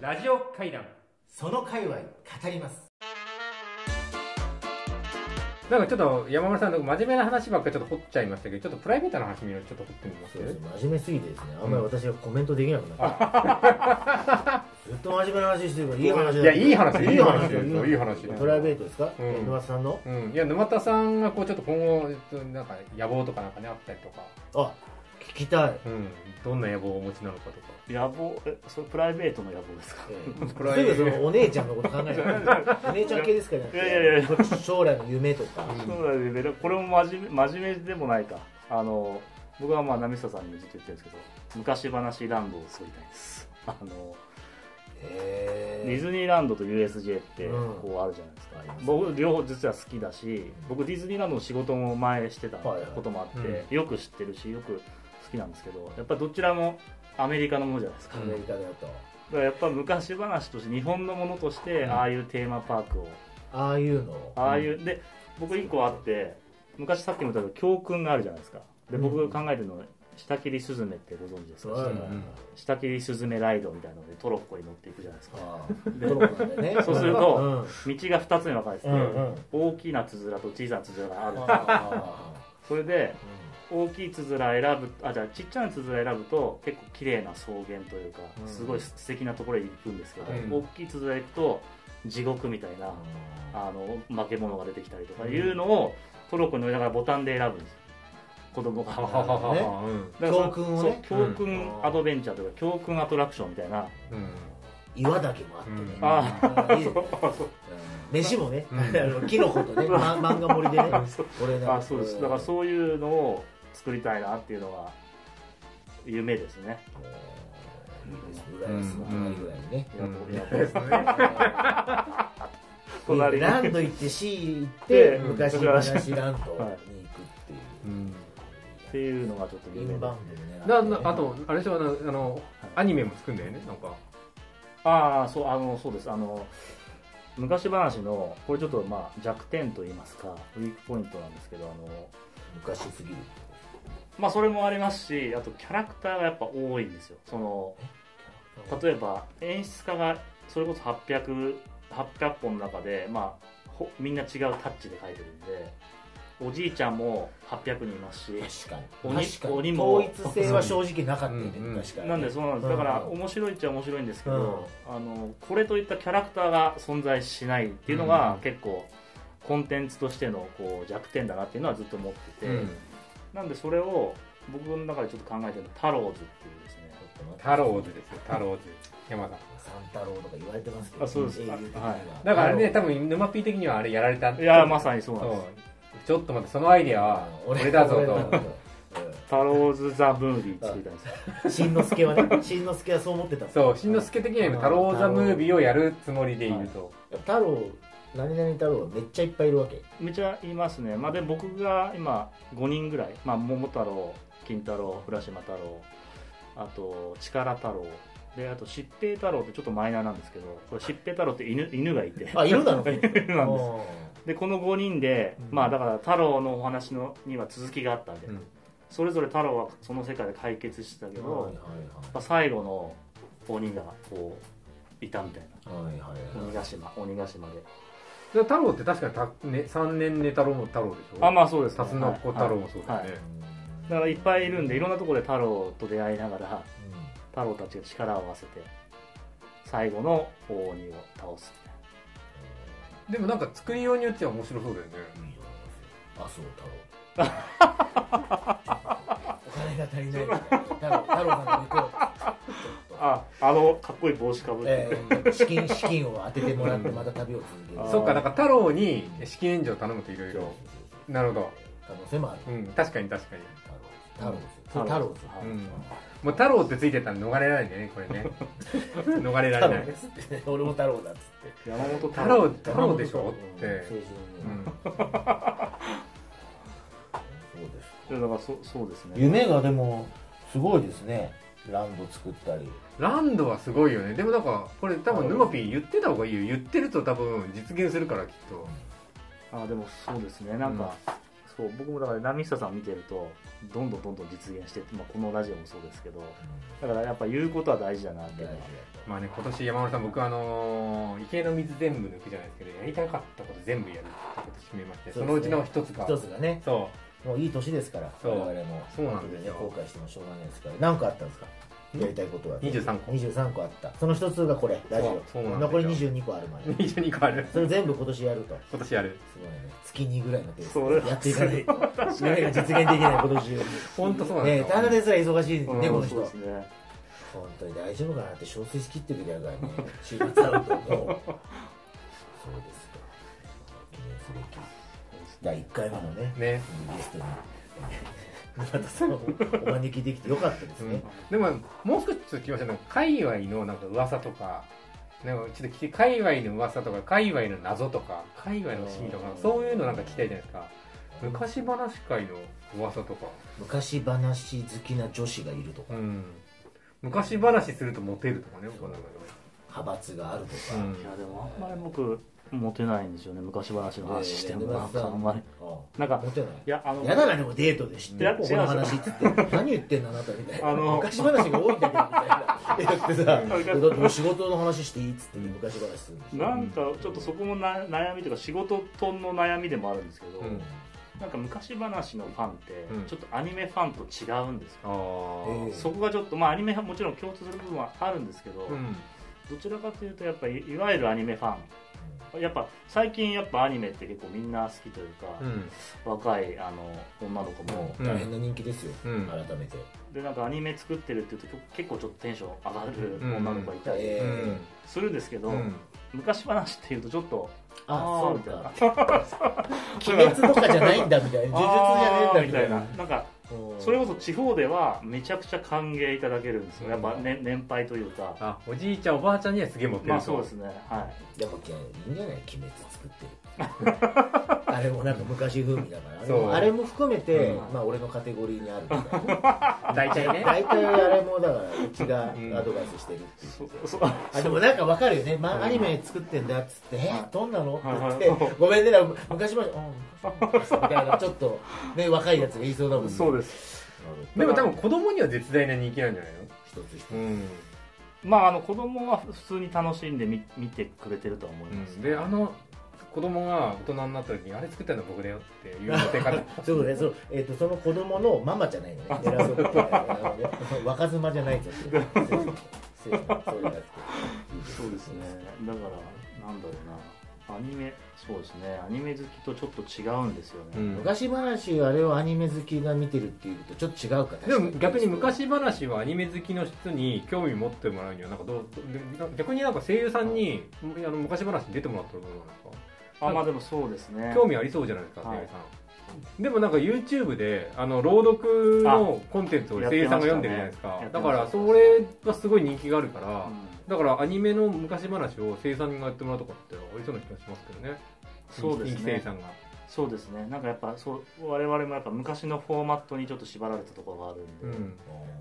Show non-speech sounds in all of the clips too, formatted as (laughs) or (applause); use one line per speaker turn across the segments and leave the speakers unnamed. ラジオ会談
その界隈語ります
なんかちょっと山村さんの真面目な話ばっかりちょっと掘っちゃいましたけどちょっとプライベートな話見るちょっと掘ってみます
そうですね真面目すぎてですねあんまり私はコメントできなくなった、ずっと真面目な話してるからいい話だ
いやいい話
いい話
いい話いい話
プライベートですか、
うん
え沼田さんの
うん、いや沼田さんがこうちょっと今後えっとなんか野望とかなんかねあったりとか、
あ聞きたい
うん、どんな野望をお持ちなのかとか
野望えそれプライベートの野望ですか
ええ
プライ
すぐそのお姉ちゃんのこと考えないお姉ちゃん系ですから
いやいやいや
将来の夢とか
うん
そうだねでもこれも真面目真面目でもないかあの僕はまあ波下さんにもずっと言ってるんですけど昔話ランドを作りたいですあの
へ
ディズニーランドと USJ って
うん
こうあるじゃないですか、
ありますね
僕両方実は好きだし僕ディズニーランドの仕事も前してたこともあって、
はいはい
よく知ってるしよく好きなんですけどやっぱどちらもアメリカのものじゃないですか、
アメリカだと
だからやっぱ昔話として日本のものとして
うん
ああいうテーマパークを
ああいうのを
ああいう、で僕一個あって昔さっきも言ったけど教訓があるじゃないですかで僕が考えてるのは下切りスズメってご存知ですか、
はいはいはい
うん
下切りスズメライドみたいなのでトロッコに乗っていくじゃないですか
ああトロッコなんだよね
そうすると道が2つに分かれてて、
うんうん
大きなつづらと小さなつづらがあ
うん
る
ああ
それで
う
大きいつづら選ぶあじゃあちっちゃなつづら選ぶと結構綺麗な草原というか
うん
すごい素敵なところに行くんですけど、
うん
大きいつづら行くと地獄みたいな、
ん
あの化け物が出てきたりとかいうのをトロッコに乗りながらボタンで選ぶんですよ子供が
はははははうん
だから
教訓をね
そう教訓アドベンチャーとか教訓アトラクションみたいな、
うん
岩岳もあってね
うん
あ
いいですねうん飯もね
うん
(laughs) あのキノコ
(laughs)
とねま漫画盛りでね
あそう
俺ね
あそうですだからそういうのを作りたいなっていうのが夢ですね
うんいいです浦安の隣ぐらいにね
野望
うん
野望ですね
で
隣に
ランド行って C 行って
うん
昔話ランド
はい
に行くっていう
うん
っていうのがちょっと
イ
夢で
ンバウンドでね
ななあとあれでしょあのあの
はい
アニメも作るんだよねなんか
ああそうあのそうですあの昔話のこれちょっとまあ弱点と言いますかウィークポイントなんですけどあの
昔すぎる
まあそれもありますしあとキャラクターがやっぱ多いんですよその例えば演出家がそれこそ800 800本の中で、まあ、ほみんな違うタッチで描いてるんでおじいちゃんも800人いますし
確かに
鬼
確かに
鬼も
統一性は正直なかったよね
うんうん
昔から
なんでそうなんですだから
うん
面白いっちゃ面白いんですけど、あのこれといったキャラクターが存在しないっていうのが
うん
結構コンテンツとしてのこう弱点だなっていうのはずっと思ってて、なんでそれを僕の中でちょっと考えてるのはタローズっていうですね
タローズですよタローズ山田
サンタロウとか言われてますけど
あそうです
英雄的に
は
だからあれね
タ
多分沼 P 的にはあれやられた
いやまさにそうなん
そ
で
う
す
ちょっと待ってそのアイデアは俺だぞ
俺だ
と
タローズ・ザ・ムービー作りたいんですよ
うんしんのすけはねしんのすけはそう思ってた
そうしんのすけ的には今タローザムービーをやるつもりでいると
太郎何々太郎はめっちゃいっぱいいるわけ
めちゃいますね、まあ、で僕が今5人ぐらい、まあ、桃太郎金太郎浦島太郎あと力太郎であと疾病太郎ってちょっとマイナーなんですけどこれ疾病太郎って犬犬がい (laughs) て
あいるだろう
犬なんですでこの5人で、
うん
まあだから太郎のお話のには続きがあったんで、
うん
それぞれ太郎はその世界で解決してたけど、
はい
まあ、最後の鬼がこういたみたい
はいはいはいはい
な鬼ヶ島鬼ヶ島で
で太郎って確かにた、ね、3年寝太郎の太郎でしょ
あまあそうですね
タツノコ太郎もそう
はい
だ
は
よ
い
ね、
だからいっぱいいるんでいろんなところで太郎と出会いながら
うん
太郎たちが力を合わせて最後の大鬼を倒すみたい
でもなんか作りようによっては面白そうだよね
いいよ麻生太郎お金が足りないから太郎太郎さんの行こう
なああのかっこいい帽子かぶって、
えー資金資金を当ててもらってまた旅を続ける
あー
そっかなんか太郎に資金援助を頼むといろいろなるほど
可能性もある
うん確かに確かに
太郎太郎太郎
は
う
い
んもう太郎ってついてたら逃れられないんだよねこれ (laughs) ね逃れられない
ですって俺も太郎だっつって
山本
太
太郎
郎太郎でしょって、
うん
うん、
そうです
だからそそうですね
夢がでもすごいですねランド作ったり
ランドはすごいよねでもなんかこれ多分沼ピー言ってた方がいいよ言ってると多分実現するからきっと
あでもそうですねなんか、そう僕もだから波下さん見てるとどんどんどんどん実現してって、まあ、このラジオもそうですけどだからやっぱ言うことは大事だなっていうのは
まあね、今年山村さん、僕あのー池の水全部抜くじゃないですけど、やりたかったこと全部やるってこと決めまして、そ,、
そうですね
のうちの一つが。
一つがね
そ
もういい年ですから
そう
我々も
そうなんですよ
後悔してもしょうがないですから何個あったんですか
ん
やりたいことは
う、23個。
23個あったその一つがこれラジオ
そうそうなんです
残
よ
り22個あるま
(laughs)
で
22個ある。
それ全部今年やると
今年やる。
すごいね月2ぐらいのペ
それ
ース
は
でやっていかないと夢が実現できない今年
本当そうなんです
ね
よ。
ただですら忙しいねこ
うん
の
そうで
人
すね
本当に大丈夫かなって憔悴しきってる時あるからね週末あると思うそうですか記念すべき第1回目のね
ね。
ゲストに村田さんをお招きできてよかったです
う
ね
ん、でも、もう少しちょっと聞きましたけど、界隈のなんか噂とか、なんかちょっと聞き界隈の噂とか、界隈の謎とか、界隈の趣味とか
う、ん
そういうのなんか聞きたいじゃないですか。昔話界の噂とか。
昔話好きな女子がいるとか
うん。昔話するとモテるとかね、僕はなんか
派閥があると
う
か、
ん
いやでもあんまり僕モテないんですよね昔話の話してもなんかあんまり
り
なんか
モテない
やあの
いやだなでもデートで知って
いや
るここの話っつ
(laughs)
って何言ってんのあなたみたいな
あの
昔話が多いん
(laughs)
だけどみたいなだってさだってもう仕事の話していいっつって昔話するんでしょ
なんかちょっとそこもな悩みというか仕事との悩みでもあるんですけど、
うん
なんか昔話のファンって
うん
ちょっとアニメファンと違うんですよ、
あー
ええ
そこがちょっとまあアニメはもちろん共通する部分はあるんですけど、
うん。
どちらかというとやっぱりいわゆるアニメファンやっぱ最近やっぱアニメって結構みんな好きというか、
うん。
若いあの女の子も、
うん大変な人気ですよ、
うん
改めて
でなんかアニメ作ってるっていうと結構ちょっとテンション上がる女の子がいたり
えー
するんですけど、
うん。
昔話っていうとちょっと
あ
あ
そ
ー
う
みたいな
か (laughs) 鬼滅とかじゃないんだみたいな
あ
呪
ー
術
み
じゃ
た
ねえ
い
んだ
な
みたい
なんか
なうん
それこそ地方ではめちゃくちゃ歓迎いただけるんですよやっぱ、ね、年配というか
あ、おじいちゃん、おばあちゃんにはすげえモテると。
まあそうですねは
(laughs)
でもいいんじゃない鬼滅作って
(laughs)
るあれもなんか昔風味だからあれ
そう
もあれも含めて、
うん
まあ俺のカテゴリーにあるみたいな
大体ね。
大体あれもだからうちが
うん
アドバイスしてるって
い
いう、
そそうあ
あでもなんかわかるよね、ま
うん
アニメ作ってんだっつって「えどんなの?」
はい
って言って「ごめんねなんか昔までうん昔まで」みたいなちょっとね若いやつが言いそうだもんね
そうです
でも多分子供には絶大な人気なんじゃないの
一つ一つ
うん。
まああの子供は普通に楽しんで見見てくれてるとは思います、
で、あの、子供が大人になった時に、あれ作ったの僕だよっていうモテ方。
そうね、そう、えっ、と、その子供のママじゃないのね。
(laughs)
偉そうなのね若妻じゃないぞっていう。そういうのそういうのやって
そうですねだからなんだろうなアニメそうですねアニメ好きとちょっと違うんですよね、
うん
昔話、あれをアニメ好きが見てるっていうと、ちょっと違うか
で
ら。
も
確か
逆に。昔話はアニメ好きの人に興味持ってもらうにはなんかどうどう逆になんか声優さんにあの昔話に出てもらったらどうなんですか
あまあでもそうですね
興味ありそうじゃないですか、
はい
声優さん。でもなんか YouTube で、あの、朗読のコンテンツを声優さんが読んでるじゃないですか。
やって
だ
ましたね
から、それがすごい人気があるから、
うん
だからアニメの昔話を声優さんがやってもらうとかってありそうな気がしますけどね。
そうです
人気声優
ね
さんが。
そうですねなんかやっぱそう我々もやっぱ昔のフォーマットにちょっと縛られたところがあるんで、
うん。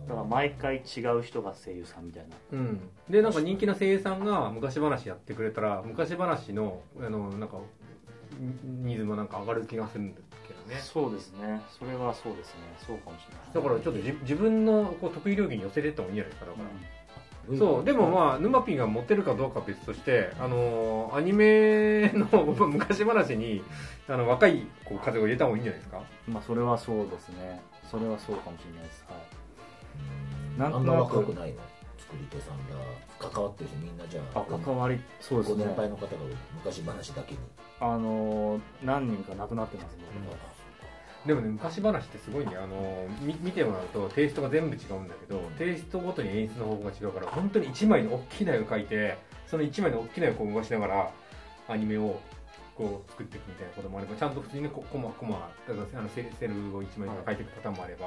だから毎回違う人が声優さんみたいな
うん。で、なんか人気の声優さんが昔話やってくれたら、昔話の、あの、なんか、ニーズもなんか上がる気がするんですけどね。
そうですねそれはそうですねそうかもしれない
だからちょっとじ自分のこう得意領域に寄せていった方がいいんじゃないですか、だから。そう、で
で
もまあ、沼ピンが持ってるかどうかは別として、あのーアニメの (laughs) 昔話に、あの、若いこう風を入れた方がいいんじゃないですか
うんまあそれはそうですねそれはそうかもしれないです、はい、なん
あ
と
ん
なく
ま若くないの。作り手さんが関わってる人、みんなじゃあ。
あ関わりそうです
ご
ね
年配の方が昔話だけに。
あのー何人か亡くなってますね、
うんでもね、昔話ってすごいね、あのーみ見てもらうとテイストが全部違うんだけど、テイストごとに演出の方法が違うから、本当に一枚の大きな絵を描いて、その一枚の大きな絵をこう動かしながら、アニメを、こう作っていくみたいなこともあれば、ちゃんと普通にねこコマコマ、だからあのセセルを一枚ずつ描いていくパターンもあれば、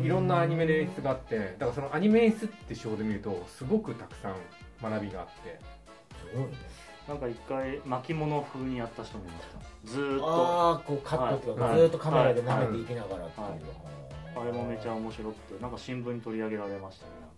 う
いろんなアニメの演出があってだからそのアニメ演出って手法で見るとすごくたくさん学びがあって
すごいね。
なんか一回巻物風にやった人もいましたずーっと
ああ、こうカットと
は
か、
い
ずーっとカメラで舐めていきながらっていう。
あれもめちゃ面白くてなんか新聞に取り上げられましたねなんか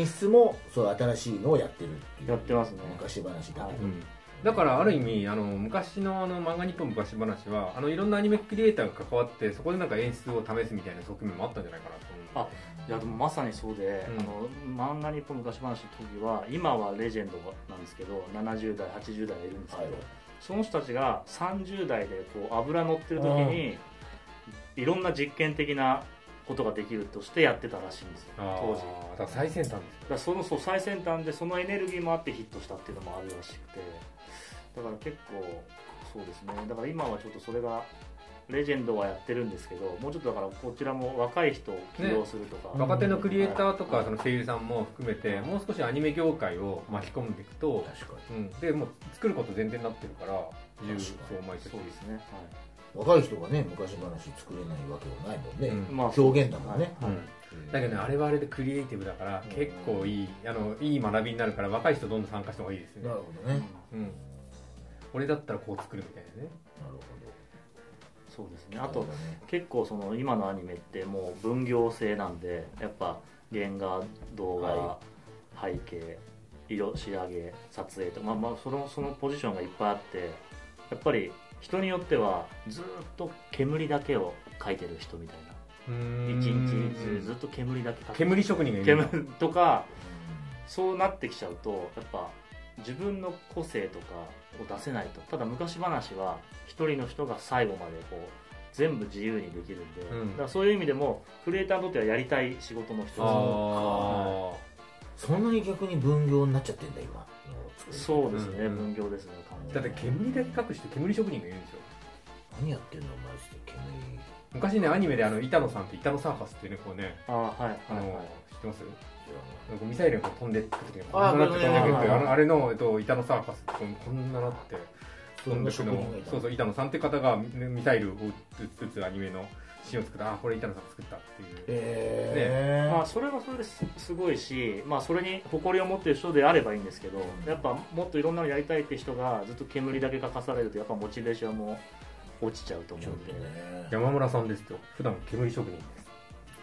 演出もそう新しいのをやってるっていう
やってますね
昔話だけど、
うんだからある意味あの昔のあの漫画日本昔話はあのいろんなアニメクリエイターが関わってそこでなんか演出を試すみたいな側面もあったんじゃないかなと思う
いやでもまさにそうで、
うん
あの漫画日本昔話の時は今はレジェンドなんですけど70代80代がいるんですけど、
はい
その人たちが30代でこう油乗ってる時にいろんな実験的なことができるとしてやってたらしいんですよ
あー
当時
だから最先端ですよ
だからそのそう最先端でそのエネルギーもあってヒットしたっていうのもあるらしくてだから結構そうですねだから今はちょっとそれがレジェンドはやってるんですけどもうちょっとだからこちらも若い人を起用するとか、
ね
若手のクリエイターと
は
か
い
その声優さんも含めてもう少しアニメ業界を巻き込んでいくと、
確か
うん、でもう作ること前提になってるから自由
確かに
そう毎年
そうですね、は
に
い
若い人がね昔話作れないわけはないもんね、
うん
ま
表現だもんね、
うんだけどねあれはあれでクリエイティブだから
うん
結構いいあのいい学びになるから若い人どんどん参加した方がいいですね
なるほど
う
ね、
ん
なる
うん俺だったらこう作るみたいなね
ほ
そうですね
ど
あと
そうだね
結構その今のアニメってもう分業制なんでやっぱ原画動画、
は
背景色仕上げ撮影とまあまあそのそのポジションがいっぱいあってやっぱり人によってはずっと煙だけを描いてる人みたいな一日中ずっと煙だけ描く
煙職人がいるんだ
煙とかそうなってきちゃうとやっぱ自分の個性とかを出せないとただ昔話は一人の人が最後までこう全部自由にできるんで、
うん
だからそういう意味でもクリエイターにとってはやりたい仕事の一つ
ああ
そんなに逆に分業になっちゃってんだ今
そうですね、
うん
分業ですね完全に
だって煙だけ隠して煙職人がいるんですよ
何やってんのマジで煙
昔ねアニメであの板野さんって板野サーファスっていうねこうね
ああはい
あ
はい
の
はい
知ってます
知らない
なんかミサイルがこう飛んでいく時に
あー
こんななって飛んでくるって
これね
あのあれの、えっと、板野サーカスってこんこんななって
そんな職人がいたの
そうそう板野さんって方がミミサイルを撃つアニメのシーンを作ったあーこれ板野さんが作ったっていう、
えー
まあ、それはそれですすごいし、まあ、それに誇りを持っている人であればいいんですけどやっぱもっといろんなのやりたいって人がずっと煙だけ書かされるとやっぱモチベーションも落ちちゃうと思
ちょ
う
っ
んで
とね
山村さんですと普段煙職人で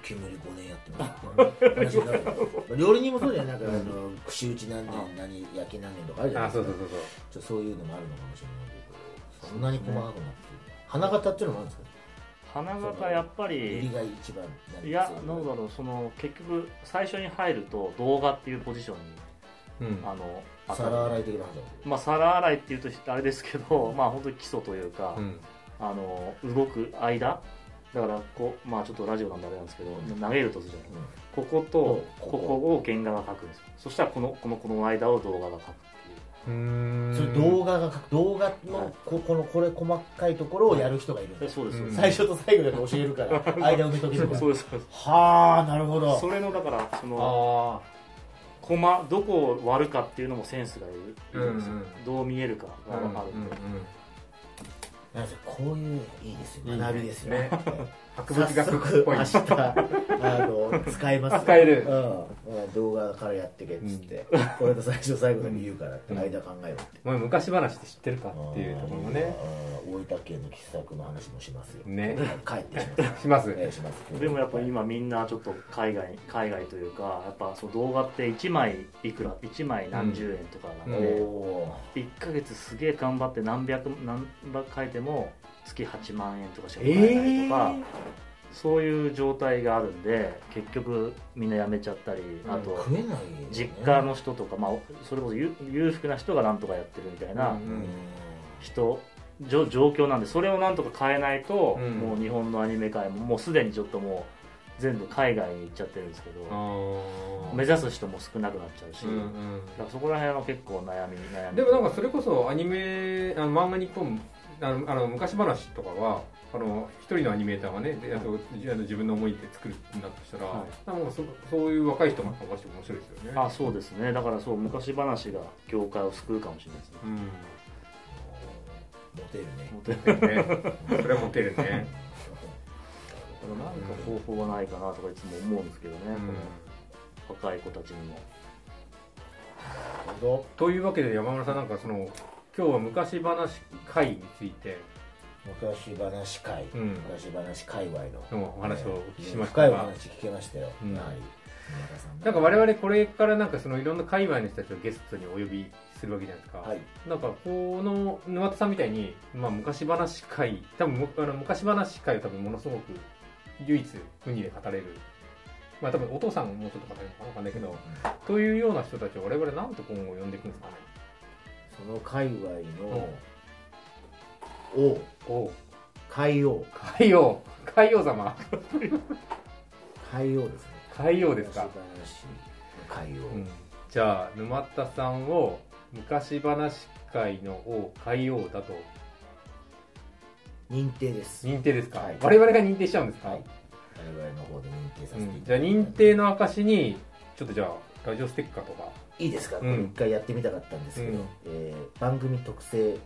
煙5年やってます話になる
(laughs)
料理人もそうじゃんなんかあの串打ち何
あ
年何焼き何年とかあるじ
す
ゃな
あー
いです
そうそ
か
うそうそう
ちょっとそういうのもあるのかもしれないけどそんなに細かくなってる花形っていうのもあるんですか
花形やっぱ
入
り
りが一番なんか
いや
そう
なんだろうその結局最初に入ると動画っていうポジションに
うん
あの
皿洗
い
い的な話だ
まあ皿洗いっていうとあれですけど (laughs) まあ本当に基礎というか、
うん
あの動く間だからこうまあちょっとラジオなんであれなんですけど投げるとするじゃないここと
こ
こ
こ
こを原画が描くんですよそしたらこのこのこの間を動画が描くっていう
うーん
それ動画が動画
はい
のここのこれ細かいところをやる人がいるん
で
だ
そうですそう
う
で
ん
す、
最初と最後だけ教えるから
(laughs)
間埋めとけとか
そうですそうです
はあなるほど
それのだからその
あ
コマどこを割るかっていうのもセンスがいるいるんですよ、
うんうん
どう見えるか
あ
が分かる、
うんうんうん
なんかこういういいです
いい
よ
ね
学びですよ (laughs)
ね博物
早
学っ
速
ぽい
明日あの使え
(laughs)
ます
使える
うんうん、動画からやってけっつって、これと最初最後だけ言うからって、
うん
間考えろって
お前昔話って知ってるかっていうところもね
うん大分県の喫茶の話もしますよ
ね
帰ってしまう
します
お願いしま
(laughs)
すけど
でもやっぱ今みんなちょっと海外海外というかやっぱそう動画って1枚いくら1枚何十円とかな
お
んで、
お
1ヶ月すげえ頑張って何百何ば書いても月8万円とかしか買えない
え
とか、そういう状態があるんで結局みんな辞めちゃったり
うん
あ
ー
と
食えないよね
実家の人とか、まあ、それこそ裕裕福な人がなんとかやってるみたいな、
うん
うん
人じょ状況なんでそれをなんとか変えないと、
うん
もう日本のアニメ界ももうすでにちょっともう全部海外に行っちゃってるんですけど
あ
目指す人も少なくなっちゃうし、
うん
だ
うん
からそこら辺は結構悩み悩み
でもなんかそれこそアニメあの漫画日本あのあの昔話とかはあの一人のアニメーターがねであとじあの自分の思いで作るんだとしたら、
は
なんかそそういう若い人が関わしても面白いですよね
あそうですねだからそう昔話が業界を救うかもしれないですね
うん
モテるね
本当に
モテるねそれはモテるね
なんか方法はないかなとかいつも思うんですけどね、
うん
この若い子たちにも
なるほど
というわけで山村さんなんかその今日は昔話会について
昔話会、
うん
昔話界隈の、
のお話をお聞きしました
深いお
が、
話聞けましたよ、
うん
はい宮田さん
なんか我々これからなんかそのいろんな界隈の人たちをゲストにお呼びするわけじゃないですか、
はい
なんかこの沼田さんみたいに、まあ、昔話会多分むあの昔話会は多分ものすごく唯一無二で語れるまあ多分お父さんもちょっと語れるのかなわかんないけど、というような人たちを我々なんと今後呼んでいくんですかね
その界隈の王
お
海王
海王海王様
海王ですね
海王ですか、
昔話海王、
うんじゃあ沼田さんを昔話会の王海王だと
認定です
認定ですか、
はい
我々が認定しちゃうんですか、
はい我々の方で認定さ
う
せてい
んじ
た
ゃ
だ
あ
いて、
認定の証にちょっとじゃあラジオステッカーとか
いいですか、
ん
これ一回やってみたかったんですけど、
うん
えー番組特製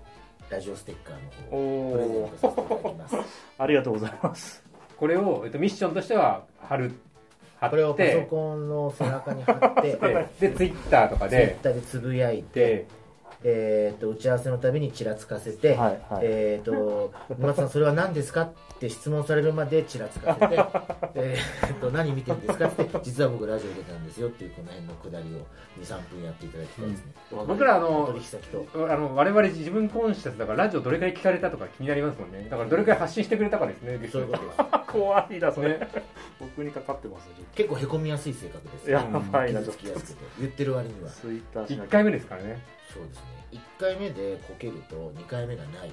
ラジオステッカーの方をプレゼン
お
トさせていただきます
ありがとうございます
これを、えっと、ミッションとしては貼る貼
これを
っ
パソ
て
コンの背中に貼って
でツイッターとか
ツイッ
で
ターでつぶやいて、
で
えー、と打ち合わせのたびにちらつかせて、
はいはい
えっ、と「沼田さんそれは何ですか?」って質問されるまでちらつかせて「えー、と何見てるんですか?」って実は僕ラジオ出たんですよっていうこの辺のくだりを23分やっていただきたいですね、
うん
僕らあの
取引先と
あの我々自分コンシャスだからラジオどれくらい聞かれたとか気になりますもんねだからどれくらい発信してくれたかですねゲス
そ
ト
ういうことです
(laughs) 怖いなそれ
ね
僕にかかってますねちょっ
結構へこみやすい性格です
とやばいなちょ
傷つき
っ
やすくて言ってる割に
と
(laughs)
は
ツイッターしな
1
きゃ
回目ですからね
そうですね1回目でこけると2回目がない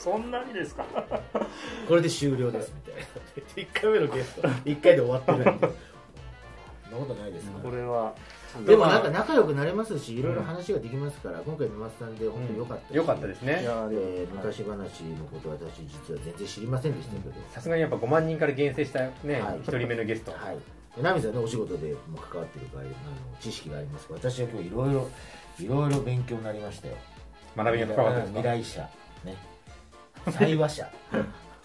そんなにですか
これで終了ですみたいな1回目のゲスト1回で終わってるんでそんなことないですから
これは
でもなんか仲良くなれますしいろいろ話ができますから、今回沼津さんで本当に良かったし
良かったです
い
ね
やありがとう
えー
ございます
昔話のことは私実は全然知りませんでしたけど、
さすがにやっぱ5万人から厳選したね、
はい
1人目のゲスト、
はいナミさんねお仕事でも関わってるからあの知識がありますから私は今日いろいろいろいろ勉強になりましたよ
学びが深かったですか
未来者ね才
(laughs)
話者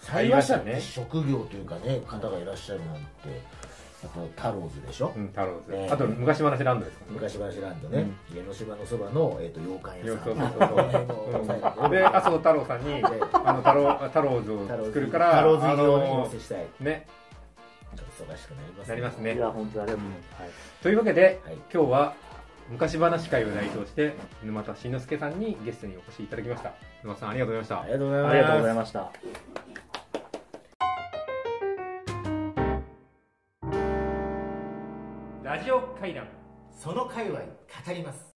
才話者って職業というかね方がいらっしゃるなんてあとタローズでしょ、
うん太郎
ね
ですあと昔話ランドですからね
昔話ランドね、江ノ島のそばの、えー、と洋館屋さ
そう
ん
そうそううんで麻生太郎さんにあの太郎太郎像を作るから
タローズ
あ
色をお
の
見せしたい
ね
忙しくなります
なりますね
いや本当にありがとうございます
というわけで
はい
今日は昔話会を代表して沼田慎之介さんにゲストにお越しいただきました沼田さんありがとうございま
あ
し
りがとうございます
はいありがとうございました
たラジオ会談
その界隈語ります